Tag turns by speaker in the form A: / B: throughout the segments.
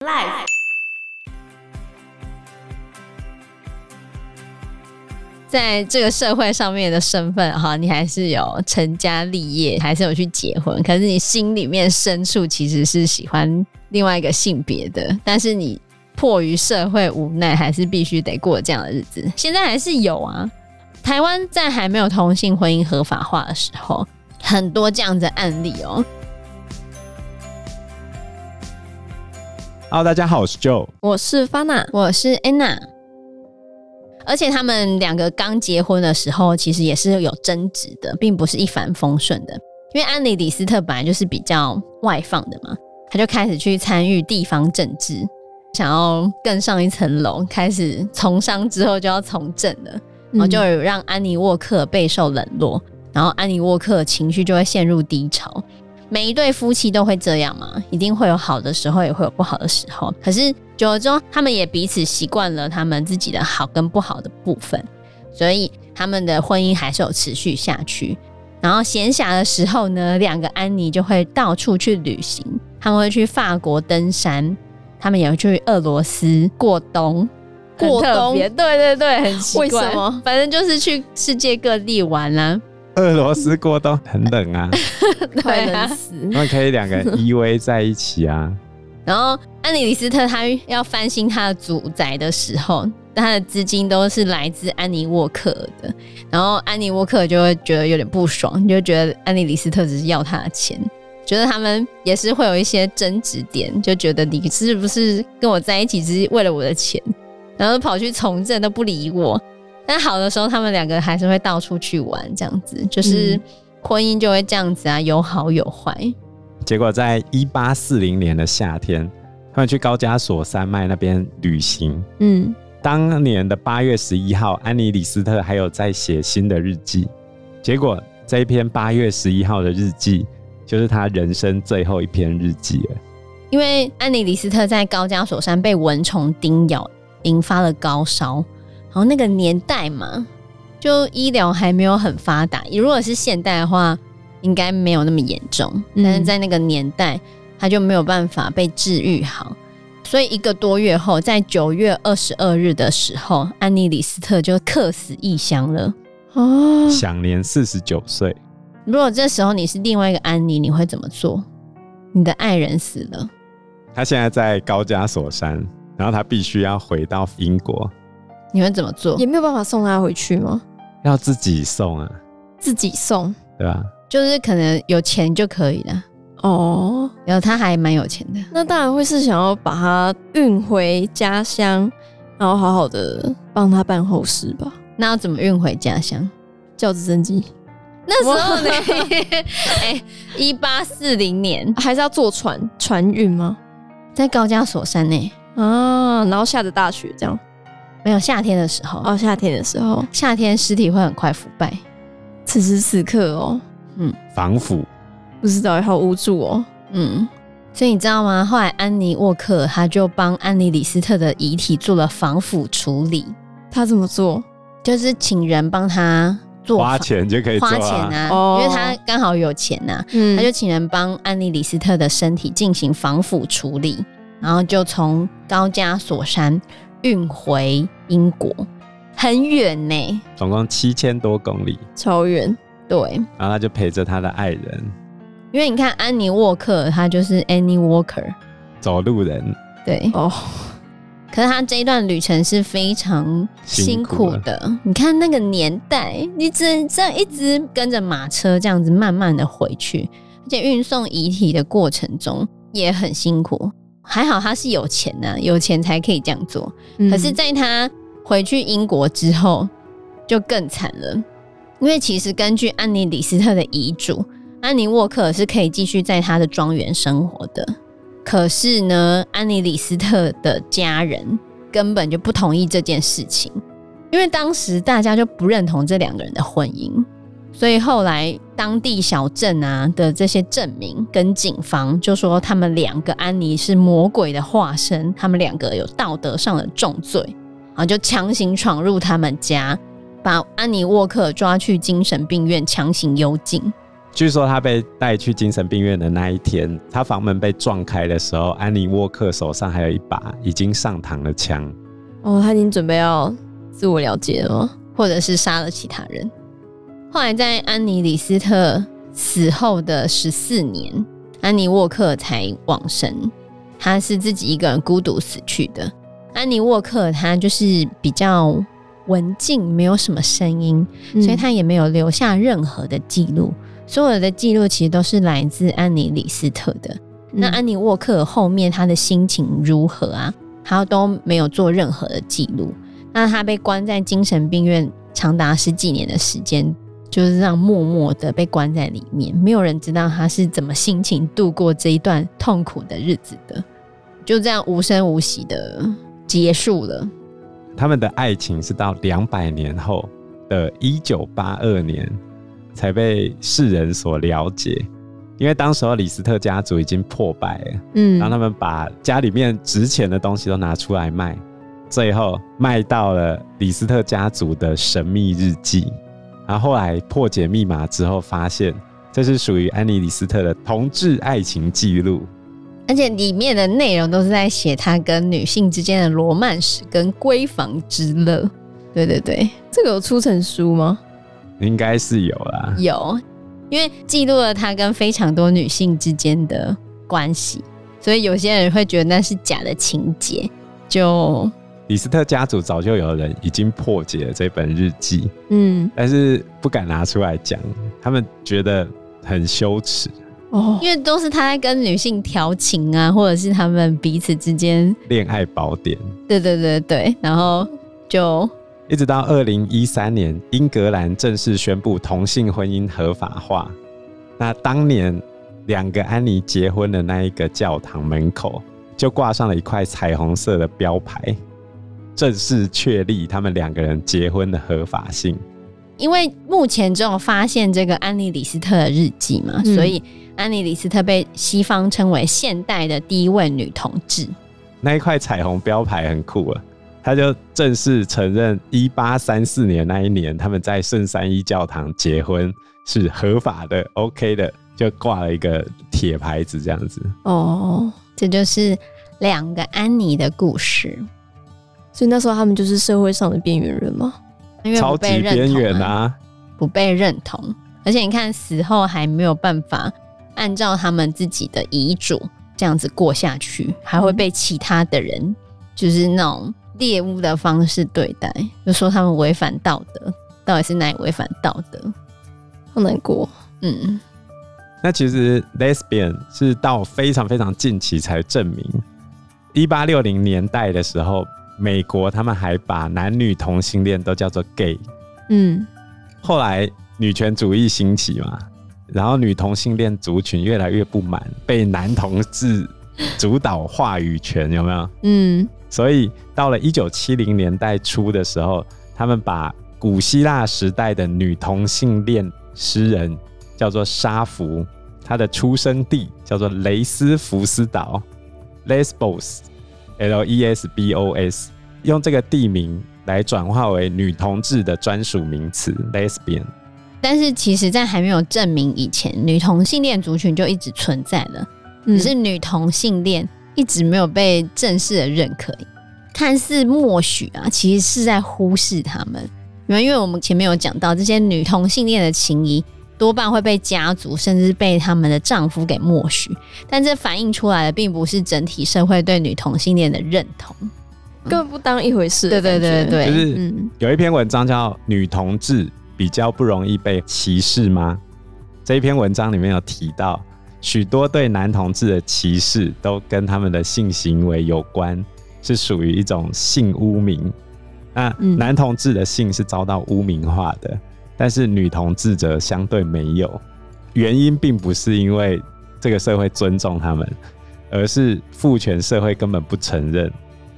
A: Life。在这个社会上面的身份哈，你还是有成家立业，还是有去结婚，可是你心里面深处其实是喜欢另外一个性别的，但是你迫于社会无奈，还是必须得过这样的日子。现在还是有啊，台湾在还没有同性婚姻合法化的时候，很多这样的案例哦、
B: Hello，大家好，我是 Joe。
A: 我是 Fana，我是 Anna。而且他们两个刚结婚的时候，其实也是有争执的，并不是一帆风顺的。因为安妮·李斯特本来就是比较外放的嘛，她就开始去参与地方政治，想要更上一层楼，开始从商之后就要从政了，然后就有让安妮·沃克备受冷落，然后安妮·沃克情绪就会陷入低潮。每一对夫妻都会这样嘛，一定会有好的时候，也会有不好的时候。可是久而久之，他们也彼此习惯了他们自己的好跟不好的部分，所以他们的婚姻还是有持续下去。然后闲暇的时候呢，两个安妮就会到处去旅行，他们会去法国登山，他们也会去俄罗斯过冬。很
C: 过
A: 特
C: 冬
A: 别对对对，很奇怪。
C: 为什么？
A: 反正就是去世界各地玩啊啦、
B: 俄罗斯过冬很冷 啊，
C: 快
A: 对啊
C: 冷死！
B: 他们可以两个人依偎在一起啊。
A: 然后安妮·李斯特他要翻新他的祖宅的时候，他的资金都是来自安妮·沃克尔的。然后安妮·沃克尔就会觉得有点不爽，就觉得安妮·李斯特只是要他的钱，觉得他们也是会有一些争执点，就觉得你是不是跟我在一起只是为了我的钱，然后跑去从政都不理我。但好的时候，他们两个还是会到处去玩，这样子就是
C: 嗯
A: 婚姻就会这样子啊，有好有坏。
B: 结果在一八四零年的夏天，他们去高加索山脉那边旅行。
A: 嗯，
B: 当年的八月十一号，安妮·李斯特还有在写新的日记。结果这一篇八月十一号的日记，就是他人生最后一篇日记了。
A: 因为安妮·李斯特在高加索山被蚊虫叮咬，引发了高烧。然后那个年代嘛，就医疗还没有很发达，如果是现代的话，应该没有那么严重。
C: 嗯
A: 但是在那个年代，他就没有办法被治愈好。所以一个多月后，在九月二十二日的时候，安妮·李斯特就客死异乡了。
C: 哦，
B: 享年四十九岁，
A: 如果这时候你是另外一个安妮，你会怎么做？你的爱人死了。
B: 他现在在高加索山，然后他必须要回到英国，
A: 你会怎么做
C: 也？没有办法送他回去吗？
B: 要自己送啊，
C: 自己送
B: 对吧？
A: 就是可能有钱就可以了，
C: 哦，
A: 然后他还蛮有钱的。
C: 那当然会是想要把他运回家乡，然后好好的帮他办后事吧。
A: 那要怎么运回家乡？
C: 叫直升机
A: 那时候呢？ 哎，一八四零年，
C: 还是要坐船船运吗？
A: 在高加索山呢，
C: 啊，然后下着大雪这样。
A: 没有夏天的时候，
C: 哦，夏天的时候，
A: 夏天尸体会很快腐败。
C: 此时此刻哦，
B: 防腐
C: 不知道好无助哦。
A: 嗯，所以你知道吗？后来安妮沃克他就帮安妮李斯特的遗体做了防腐处理，
C: 他怎么做？
A: 就是请人帮他做
B: 花
A: 防
B: 钱就可以做
A: 花钱
B: 啊，
A: 啊，
C: 哦
A: 因为他刚好有钱啊呐、
C: 嗯
A: 他就请人帮安妮·李斯特的身体进行防腐处理，然后就从高加索山运回英国，很远呢、
B: 总共七千多公里，
C: 超远，
A: 对，
B: 然后他就陪着他的爱人，
A: 因为你看安妮·沃克，她就是 Annie Walker，
B: 走路人
A: 对。
C: 哦，
A: 可是她这一段旅程是非常辛
B: 辛
A: 苦
B: 苦了
A: 的。你看那个年代，你只能这样一直跟着马车这样子慢慢的回去，而且运送遗体的过程中也很辛苦。还好她是有钱呐、有钱才可以这样做。可
C: 嗯
A: 是，在他回去英国之后，就更惨了，因为其实根据安妮·李斯特的遗嘱，安妮·沃克是可以继续在他的庄园生活的。可是呢，安妮·李斯特的家人根本就不同意这件事情，因为当时大家就不认同这两个人的婚姻，所以后来当地小镇啊的这些镇民跟警方就说，他们两个安妮是魔鬼的化身，他们两个有道德上的重罪，然后就强行闯入他们家，把安妮沃克抓去精神病院强行幽禁。
B: 据说他被带去精神病院的那一天，他房门被撞开的时候，安妮沃克手上还有一把已经上膛的枪。
C: 哦，他已经准备要自我了结了吗？
A: 或者是杀了其他人。后来在安妮·李斯特死后的十四年，安妮·沃克才往生。她是自己一个人孤独死去的。安妮·沃克她就是比较文静，没有什么声音，
C: 嗯
A: 所以她也没有留下任何的记录。所有的记录其实都是来自安妮·李斯特的。
C: 嗯
A: 那安妮·沃克后面她的心情如何啊？她都没有做任何的记录。那她被关在精神病院长达十几年的时间，就是这样默默的被关在里面，没有人知道她是怎么心情度过这一段痛苦的日子的，就这样无声无息的结束了。
B: 他们的爱情是到两百年后的一九八二年才被世人所了解，因为当时候李斯特家族已经破百了，
C: 嗯
B: 让他们把家里面值钱的东西都拿出来卖，最后卖到了李斯特家族的神秘日记。然后后来破解密码之后，发现这是属于安妮·李斯特的同志爱情记录。
A: 而且里面的内容都是在写她跟女性之间的罗曼史跟闺房之乐。对对对，
C: 这个有出成书吗？
B: 应该是有啦，
A: 有，因为记录了她跟非常多女性之间的关系，所以有些人会觉得那是假的情节。就
B: 李斯特家族早就有人已经破解了这本日记，
C: 嗯，
B: 但是不敢拿出来讲，他们觉得很羞耻，
C: 哦，
A: 因为都是她在跟女性调情啊，或者是她们彼此之间，
B: 恋爱宝典。
A: 对对对对，然后就
B: 一直到二零一三年，英格兰正式宣布同性婚姻合法化。那当年两个安妮结婚的那一个教堂门口，就挂上了一块彩虹色的标牌，正式确立他们两个人结婚的合法性。
A: 因为目前只有发现这个安妮·李斯特的日记嘛，
C: 嗯
A: 所以安妮·李斯特被西方称为现代的第一位女同志。
B: 那一块彩虹标牌很酷啊，他就正式承认一八三四年那一年他们在圣三一教堂结婚是合法的，OK 的，就挂了一个铁牌子这样子。
C: 哦，
A: 这就是两个安妮的故事，
C: 所以那时候他们就是社会上的边缘人嘛。
A: 因为
B: 超
A: 不被
B: 级
A: 认
B: 边
A: 同、
B: 缘啊！
A: 不被认同，而且你看死后还没有办法按照他们自己的遗嘱这样子过下去，还会被其他的人就是那种猎物的方式对待，就说他们违反道德，到底是哪里违反道德？
C: 好难过，
A: 嗯，
B: 那其实 lesbian 是到非常非常近期才证明。一八六零年代的时候，美国他们还把男女同性恋都叫做 gay。
C: 嗯，
B: 后来女权主义兴起嘛，然后女同性恋族群越来越不满，被男同志主导话语权，有没有？
C: 嗯，
B: 所以到了一九七零年代初的时候，他们把古希腊时代的女同性恋诗人叫做沙芙，她的出生地叫做雷斯福斯岛 （Lesbos，L E S B O S），用这个地名来转化为女同志的专属名词 （lesbian）。
A: 但是其实，在还没有证明以前，女同性恋族群就一直存在了。
C: 嗯
A: 只是女同性恋一直没有被正式的认可，看似默许啊，其实是在忽视他们。因为因为我们前面有讲到，这些女同性恋的情谊多半会被家族甚至被他们的丈夫给默许，但这反映出来的并不是整体社会对女同性恋的认同。
C: 根本不当一回事。
A: 对对对，对，
B: 就是
C: 嗯，
B: 有一篇文章叫《女同志比较不容易被歧视吗》？这一篇文章里面有提到，许多对男同志的歧视都跟他们的性行为有关，是属于一种性污名。那
C: 嗯
B: 男同志的性是遭到污名化的，但是女同志则相对没有。原因并不是因为这个社会尊重他们，而是父权社会根本不承认。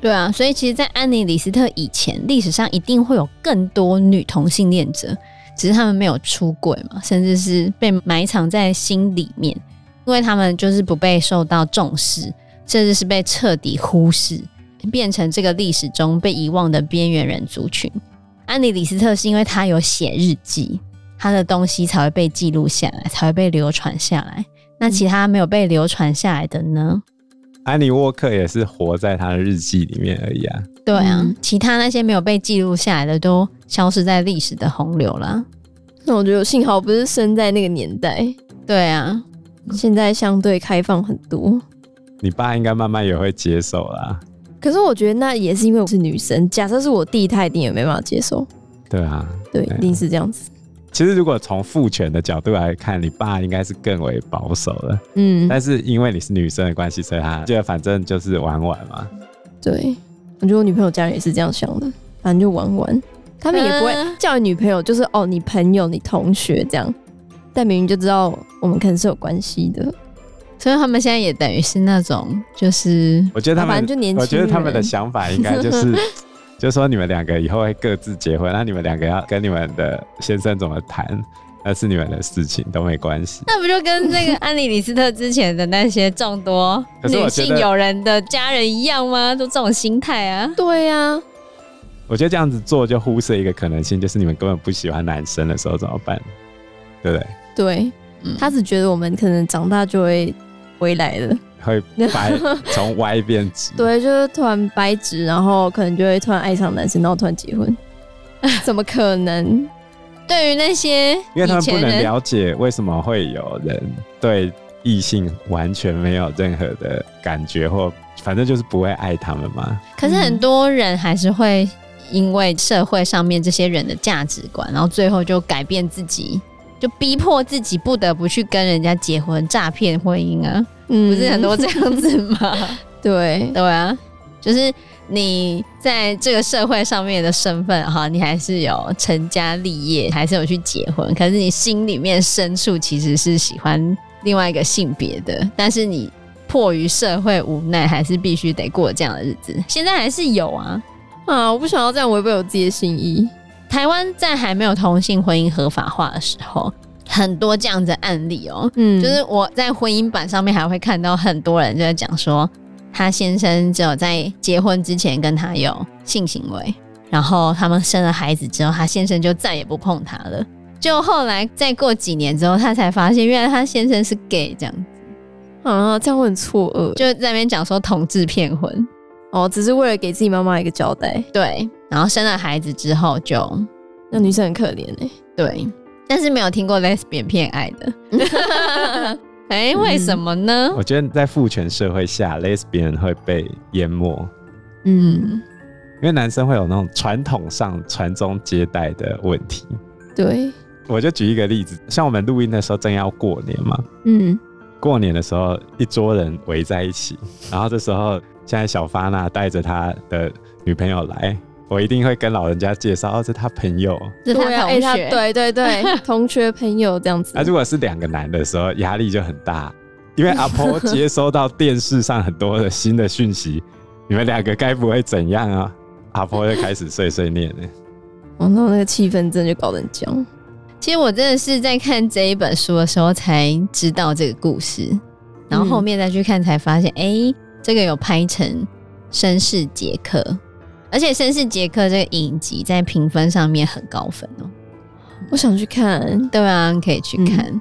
A: 对啊，所以其实，在安妮·李斯特以前，历史上一定会有更多女同性恋者，只是他们没有出轨嘛，甚至是被埋藏在心里面，因为他们就是不被受到重视，甚至是被彻底忽视，变成这个历史中被遗忘的边缘人族群。安妮·李斯特是因为她有写日记，他的东西才会被记录下来，才会被流传下来。那其他没有被流传下来的呢？
B: 安妮沃克也是活在他的日记里面而已啊。
A: 对啊，
C: 嗯
A: 其他那些没有被记录下来的都消失在历史的洪流啦。
C: 那我觉得幸好不是生在那个年代，
A: 对啊，
C: 现在相对开放很多。
B: 你爸应该慢慢也会接受啦，
C: 可是我觉得那也是因为我是女生，假设是我弟，他一定也没办法接受，
B: 对啊。
C: 对，
B: 对啊
C: 一定是这样子。
B: 其实如果从父权的角度来看，你爸应该是更为保守的，
C: 嗯，
B: 但是因为你是女生的关系，所以他觉得反正就是玩玩嘛。
C: 对，我觉得我女朋友家人也是这样想的，反正就玩玩，他们也不会
A: 嗯
C: 叫你女朋友，就是哦，你朋友、你同学这样，但明明就知道我们可能是有关系的，
A: 所以他们现在也等于是那种，就是
B: 我觉得他
C: 反
B: 们
C: 正就年轻人
B: 我觉得他们的想法应该 就是，就说你们两个以后会各自结婚，那你们两个要跟你们的先生怎么谈，那是你们的事情，都没关系。
A: 那不就跟那个安妮李斯特之前的那些众多
B: 可是我
A: 女
B: 觉
A: 性
B: 得
A: 友人的家人一样吗？都这种心态啊？
C: 对呀、
B: 我觉得这样子做就忽视一个可能性，就是你们根本不喜欢男生的时候怎么办？对不对？
C: 对，
A: 嗯
C: 他只觉得我们可能长大就会回来了，
B: 会白从歪 变直，，
C: 对，就是突然掰直，然后可能就会突然爱上男生，然后突然结 婚，怎么可能？
A: 对于那些
B: 因为
A: 以
B: 他们不
A: 前
B: 能
A: 人，
B: 了解为什么会有人对异性完全没有任何的感觉，或反正就是不会爱他们嘛。
A: 可是很多人还是会因为社会上面这些人的价值观，然后最后就改变自己，就逼迫自己不得不去跟人家结婚，诈骗婚姻啊，
C: 嗯
A: 不是很多这样子吗？
C: 对，
A: 对啊，就是你在这个社会上面的身份哈，你还是有成家立业，还是有去结婚，可是你心里面深处其实是喜欢另外一个性别的，但是你迫于社会无奈，还是必须得过这样的日子。现在还是有啊，
C: 啊，我不想要这样违背我自己的心意。
A: 台湾在还没有同性婚姻合法化的时候，很多这样的案例哦、
C: 嗯
A: 就是我在婚姻版上面还会看到很多人就在讲说，他先生只有在结婚之前跟他有性行为，然后他们生了孩子之后，他先生就再也不碰她了。就后来再过几年之后，他才发现原来他先生是 gay，这样
C: 啊，这样会很错愕。
A: 就在那边讲说同志骗婚，
C: 哦，只是为了给自己妈妈一个交代，
A: 对，然后生了孩子之后就
C: 那女生很可怜哎、
A: 对，但是没有听过 lesbian 骗爱的， 哎、为什么呢？
C: 嗯
B: 我觉得在父权社会下，lesbian 会被淹没。
C: 嗯，
B: 因为男生会有那种传统上传宗接代的问题。
C: 对，
B: 我就举一个例子，像我们录音的时候正要过年嘛，
C: 嗯，
B: 过年的时候一桌人围在一起，然后这时候现在小发那带着他的女朋友来，我一定会跟老人家介绍，哦，这是他朋友。
A: 是他
C: 对啊
A: 同
C: 哎
A: 学，
C: 他对对 对，同学朋友这样子
B: 那、，如果是两个男的时候，压力就很大，因为阿婆接收到电视上很多的新的讯息，你们两个该不会怎样啊？阿婆就开始碎碎念了。
C: 哦，那那个气氛真的就搞得很僵。
A: 其实我真的是在看这一本书的时候才知道这个故事，然后后面再去看才发现，哎、这个有拍成绅士杰克，而且绅士杰克这个影集在评分上面很高分哦、
C: 我想去看，
A: 对啊，可以去看。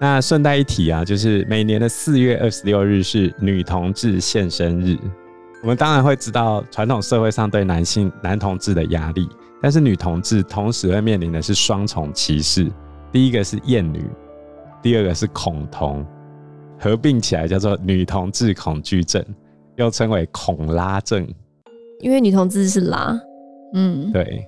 B: 那顺带一提啊，就是每年的四月二十六日是女同志现身日。我们当然会知道传统社会上对男性男同志的压力，但是女同志同时会面临的是双重歧视，第一个是厌女，第二个是恐同，合并起来叫做女同志恐惧症，又称为恐拉症。
C: 因为女同志是拉，
A: 嗯，
B: 对，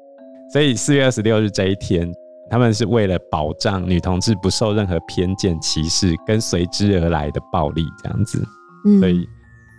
B: 所以四月二十六日这一天，他们是为了保障女同志不受任何偏见、歧视跟随之而来的暴力这样子。
C: 嗯
B: 所以，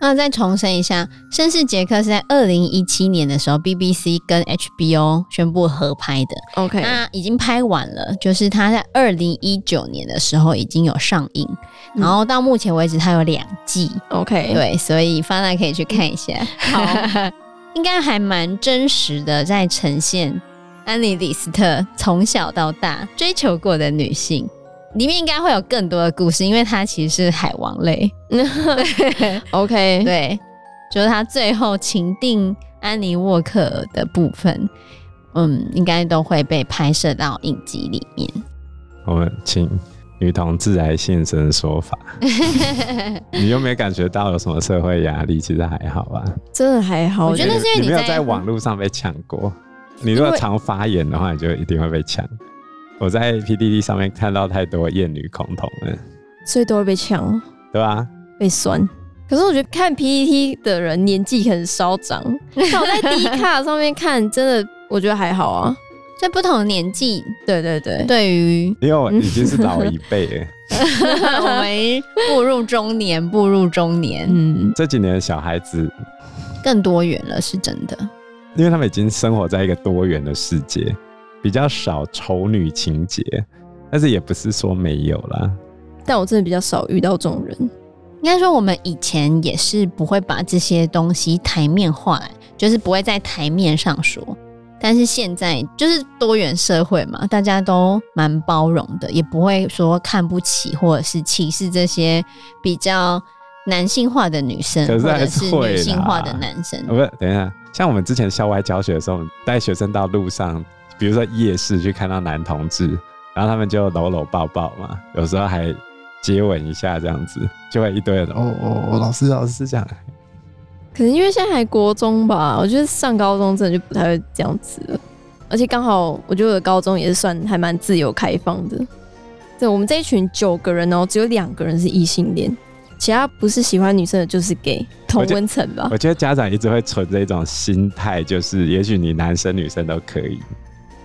A: 那再重申一下，绅士杰克是在二零一七年的时候，BBC 跟 HBO 宣布合拍的。
C: OK，
A: 那已经拍完了，就是它在二零一九年的时候已经有上映，
C: 嗯
A: 然后到目前为止它有两季，
C: OK，，
A: 对，所以方娜可以去看一下，
C: 好，
A: 应该还蛮真实的，在呈现安妮·李斯特从小到大追求过的女性。里面应该会有更多的故事，因为她其实是海王类，
C: OK，，
A: 对，就是她最后情定安妮·沃克尔的部分。嗯，应该都会被拍摄到影集里面。
B: 我们请女同志来现身 说法。你又没感觉到有什么社会压力，其实还好吧？
C: 真的还好。欸
A: 我觉得那是因为
B: 你
A: 你
B: 没有
A: 在
B: 在网络上被抢过。你如果
C: 因为
B: 常发言的话，你就一定会被抢。我在 PDD 上面看到太多艳女恐同了，
C: 所以都会被抢、
B: 对吧、
C: 被酸。可是我觉得看 PPT 的人年纪很稍 长，但我在 D 卡上面看，真的我觉得还好啊。
A: 所以不同的年纪，
C: 对对对，
A: 对于
B: 因为我已经是老一辈了，
A: 我们步入中年，步入中年，
C: 嗯，
B: 这几年的小孩子，
A: 更多元了，是真的。
B: 因为他们已经生活在一个多元的世界，比较少丑女情节，但是也不是说没有啦。
C: 但我真的比较少遇到这种人。
A: 应该说，我们以前也是不会把这些东西台面化来，就是不会在台面上说。但是现在就是多元社会嘛，大家都蛮包容的，也不会说看不起或者是歧视这些比较男性化的女生，
B: 可是
A: 或
B: 还
A: 者
B: 是
A: 是
B: 会啦
A: 女性化的男生。
B: 哦，不是，等一下，像我们之前校外教学的时候，我们带学生到路上，比如说夜市去看到男同志，然后他们就搂搂抱抱嘛，有时候还接吻一下这样子，就会一堆人哦哦哦，老师老师这样，
C: 可能因为现在还国中吧，我觉得上高中真的就不太会这样子了。而且刚好，我觉得我的高中也是算还蛮自由开放的。对我们这一群九个人哦、只有两个人是异性恋，其他不是喜欢女生的就是 gay 同温层吧
B: 我？觉得家长一直会存着一种心态，就是也许你男生女生都可以，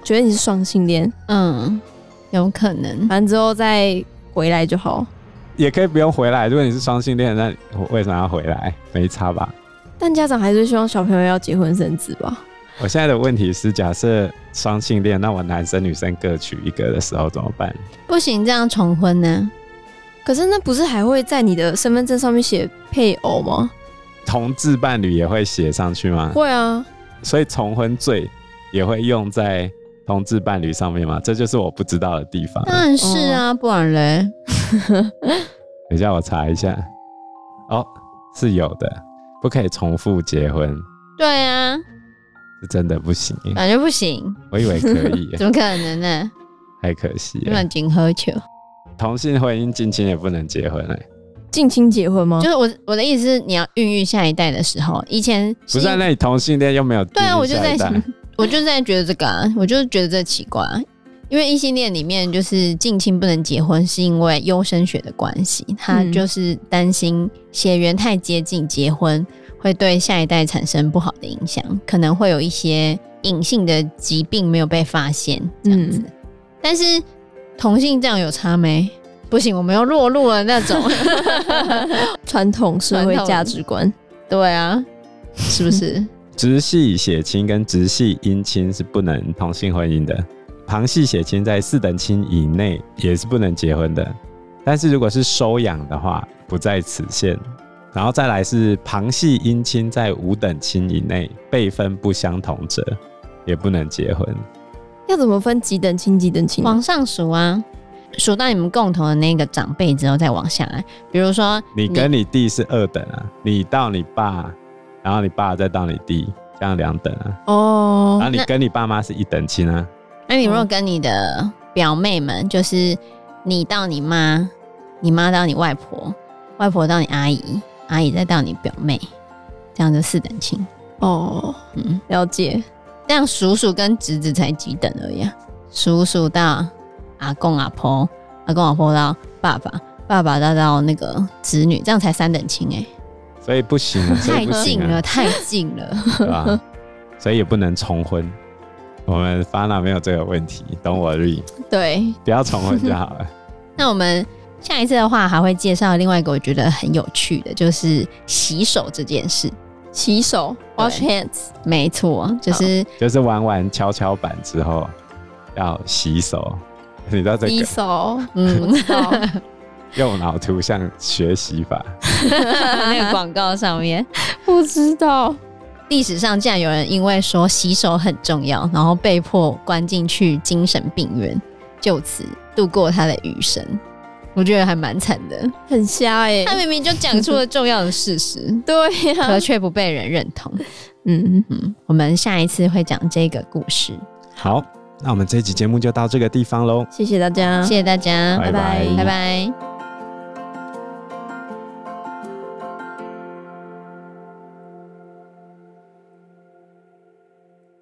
C: 觉得你是双性恋，
A: 嗯，有可能。
C: 反正之后再回来就好。
B: 也可以不用回来。如果你是双性恋，那你为什么要回来？没差吧？
C: 但家长还是希望小朋友要结婚生子吧？
B: 我现在的问题是，假设双性恋，那我男生女生各取一个的时候怎么办？
A: 不行，这样重婚呢？
C: 可是那不是还会在你的身份证上面写配偶吗？
B: 同志伴侣也会写上去吗？
C: 会啊，
B: 所以重婚罪也会用在同志伴侣上面吗？这就是我不知道的地方。
A: 当然是
B: 嗯
A: 啊，不然嘞，
B: 等一下我查一下。哦，是有的，不可以重复结婚，
A: 对啊，
B: 是真的不行。
A: 感觉不行，，
B: 我以为可以
A: 怎么可能呢？
B: 太可惜
A: 根
B: 了
A: 本。仅喝酒。
B: 同性婚姻近亲也不能结婚哎、
C: 近亲结婚吗
A: 就？是我我的意思是，你要孕育下一代的时候，以前
B: 不是啊、那你同性恋又没有
A: 对啊我就在
B: 想
A: 想，我就在觉得这个、啊，我就觉得这奇怪啊，因为异性恋里面就是近亲不能结婚，是因为优生学的关系，他
C: 嗯
A: 就是担心血缘太接近，结婚会对下一代产生不好的影响，可能会有一些隐性的疾病没有被发现这样子。
C: 嗯
A: 但是同性这样有差没？不行，我们又落入了那种。
C: 传统社会价值观，
A: 对啊，是不是？
B: 直系血亲跟直系姻亲是不能同性婚姻的，旁系血亲在四等亲以内也是不能结婚的。但是如果是收养的话，不在此限。然后再来是旁系姻亲在五等亲以内辈分不相同者，也不能结婚。
C: 要怎么分几等亲几等
B: 嗯
C: 亲啊？
A: 往上数啊，数到你们共同的那个长辈之后再往下来。比如说，
B: 你跟你弟是二等啊，你到你爸，然后你爸再到你弟，这样两等啊。然
C: 哦
B: 后，你
A: 那
B: 跟你爸妈是一等亲啊。
A: 那你如果跟你的表妹们，就是你到你妈，你妈到你外婆，外婆到你阿姨，阿姨再到你表妹，这样就四等亲。
C: 哦，
A: 嗯，
C: 了解。
A: 这样数数跟侄子才几等而已啊，数数到阿公阿婆，阿公阿婆到爸爸，爸爸再到那个子女，这样才三等亲哎、
B: 所以不行啊，所
A: 太
B: 以不行
A: 近
B: 啊
A: 了，太近了。
B: 对吧？所以也不能重婚。我们 Fana 没有这个问题，懂我的意，
C: 对，
B: 不要重婚就好了。
A: 那我们下一次的话，还会介绍另外一个我觉得很有趣的，就是洗手这件事。
C: 洗手 wash hands，
A: 没错，就是
B: 就是玩完跷跷板之后要洗手，你知道这
C: 洗
B: 个
C: 手，
A: 嗯，
C: 好
B: 右脑图像学习法，
A: 那个广告上面，
C: 不知道，
A: 历史上竟然有人因为说洗手很重要，然后被迫关进去精神病院，就此度过他的余生。我觉得还蛮惨的，
C: 很瞎哎、
A: 他明明就讲出了重要的事实，
C: 对呀、
A: 可却不被人认同。
C: 嗯，
A: 嗯，我们下一次会讲这个故事。好，那我们这一集节目就到这个地方喽，
B: 谢谢大家，
C: 谢谢大家，
A: 嗯拜
B: 拜
C: 拜拜。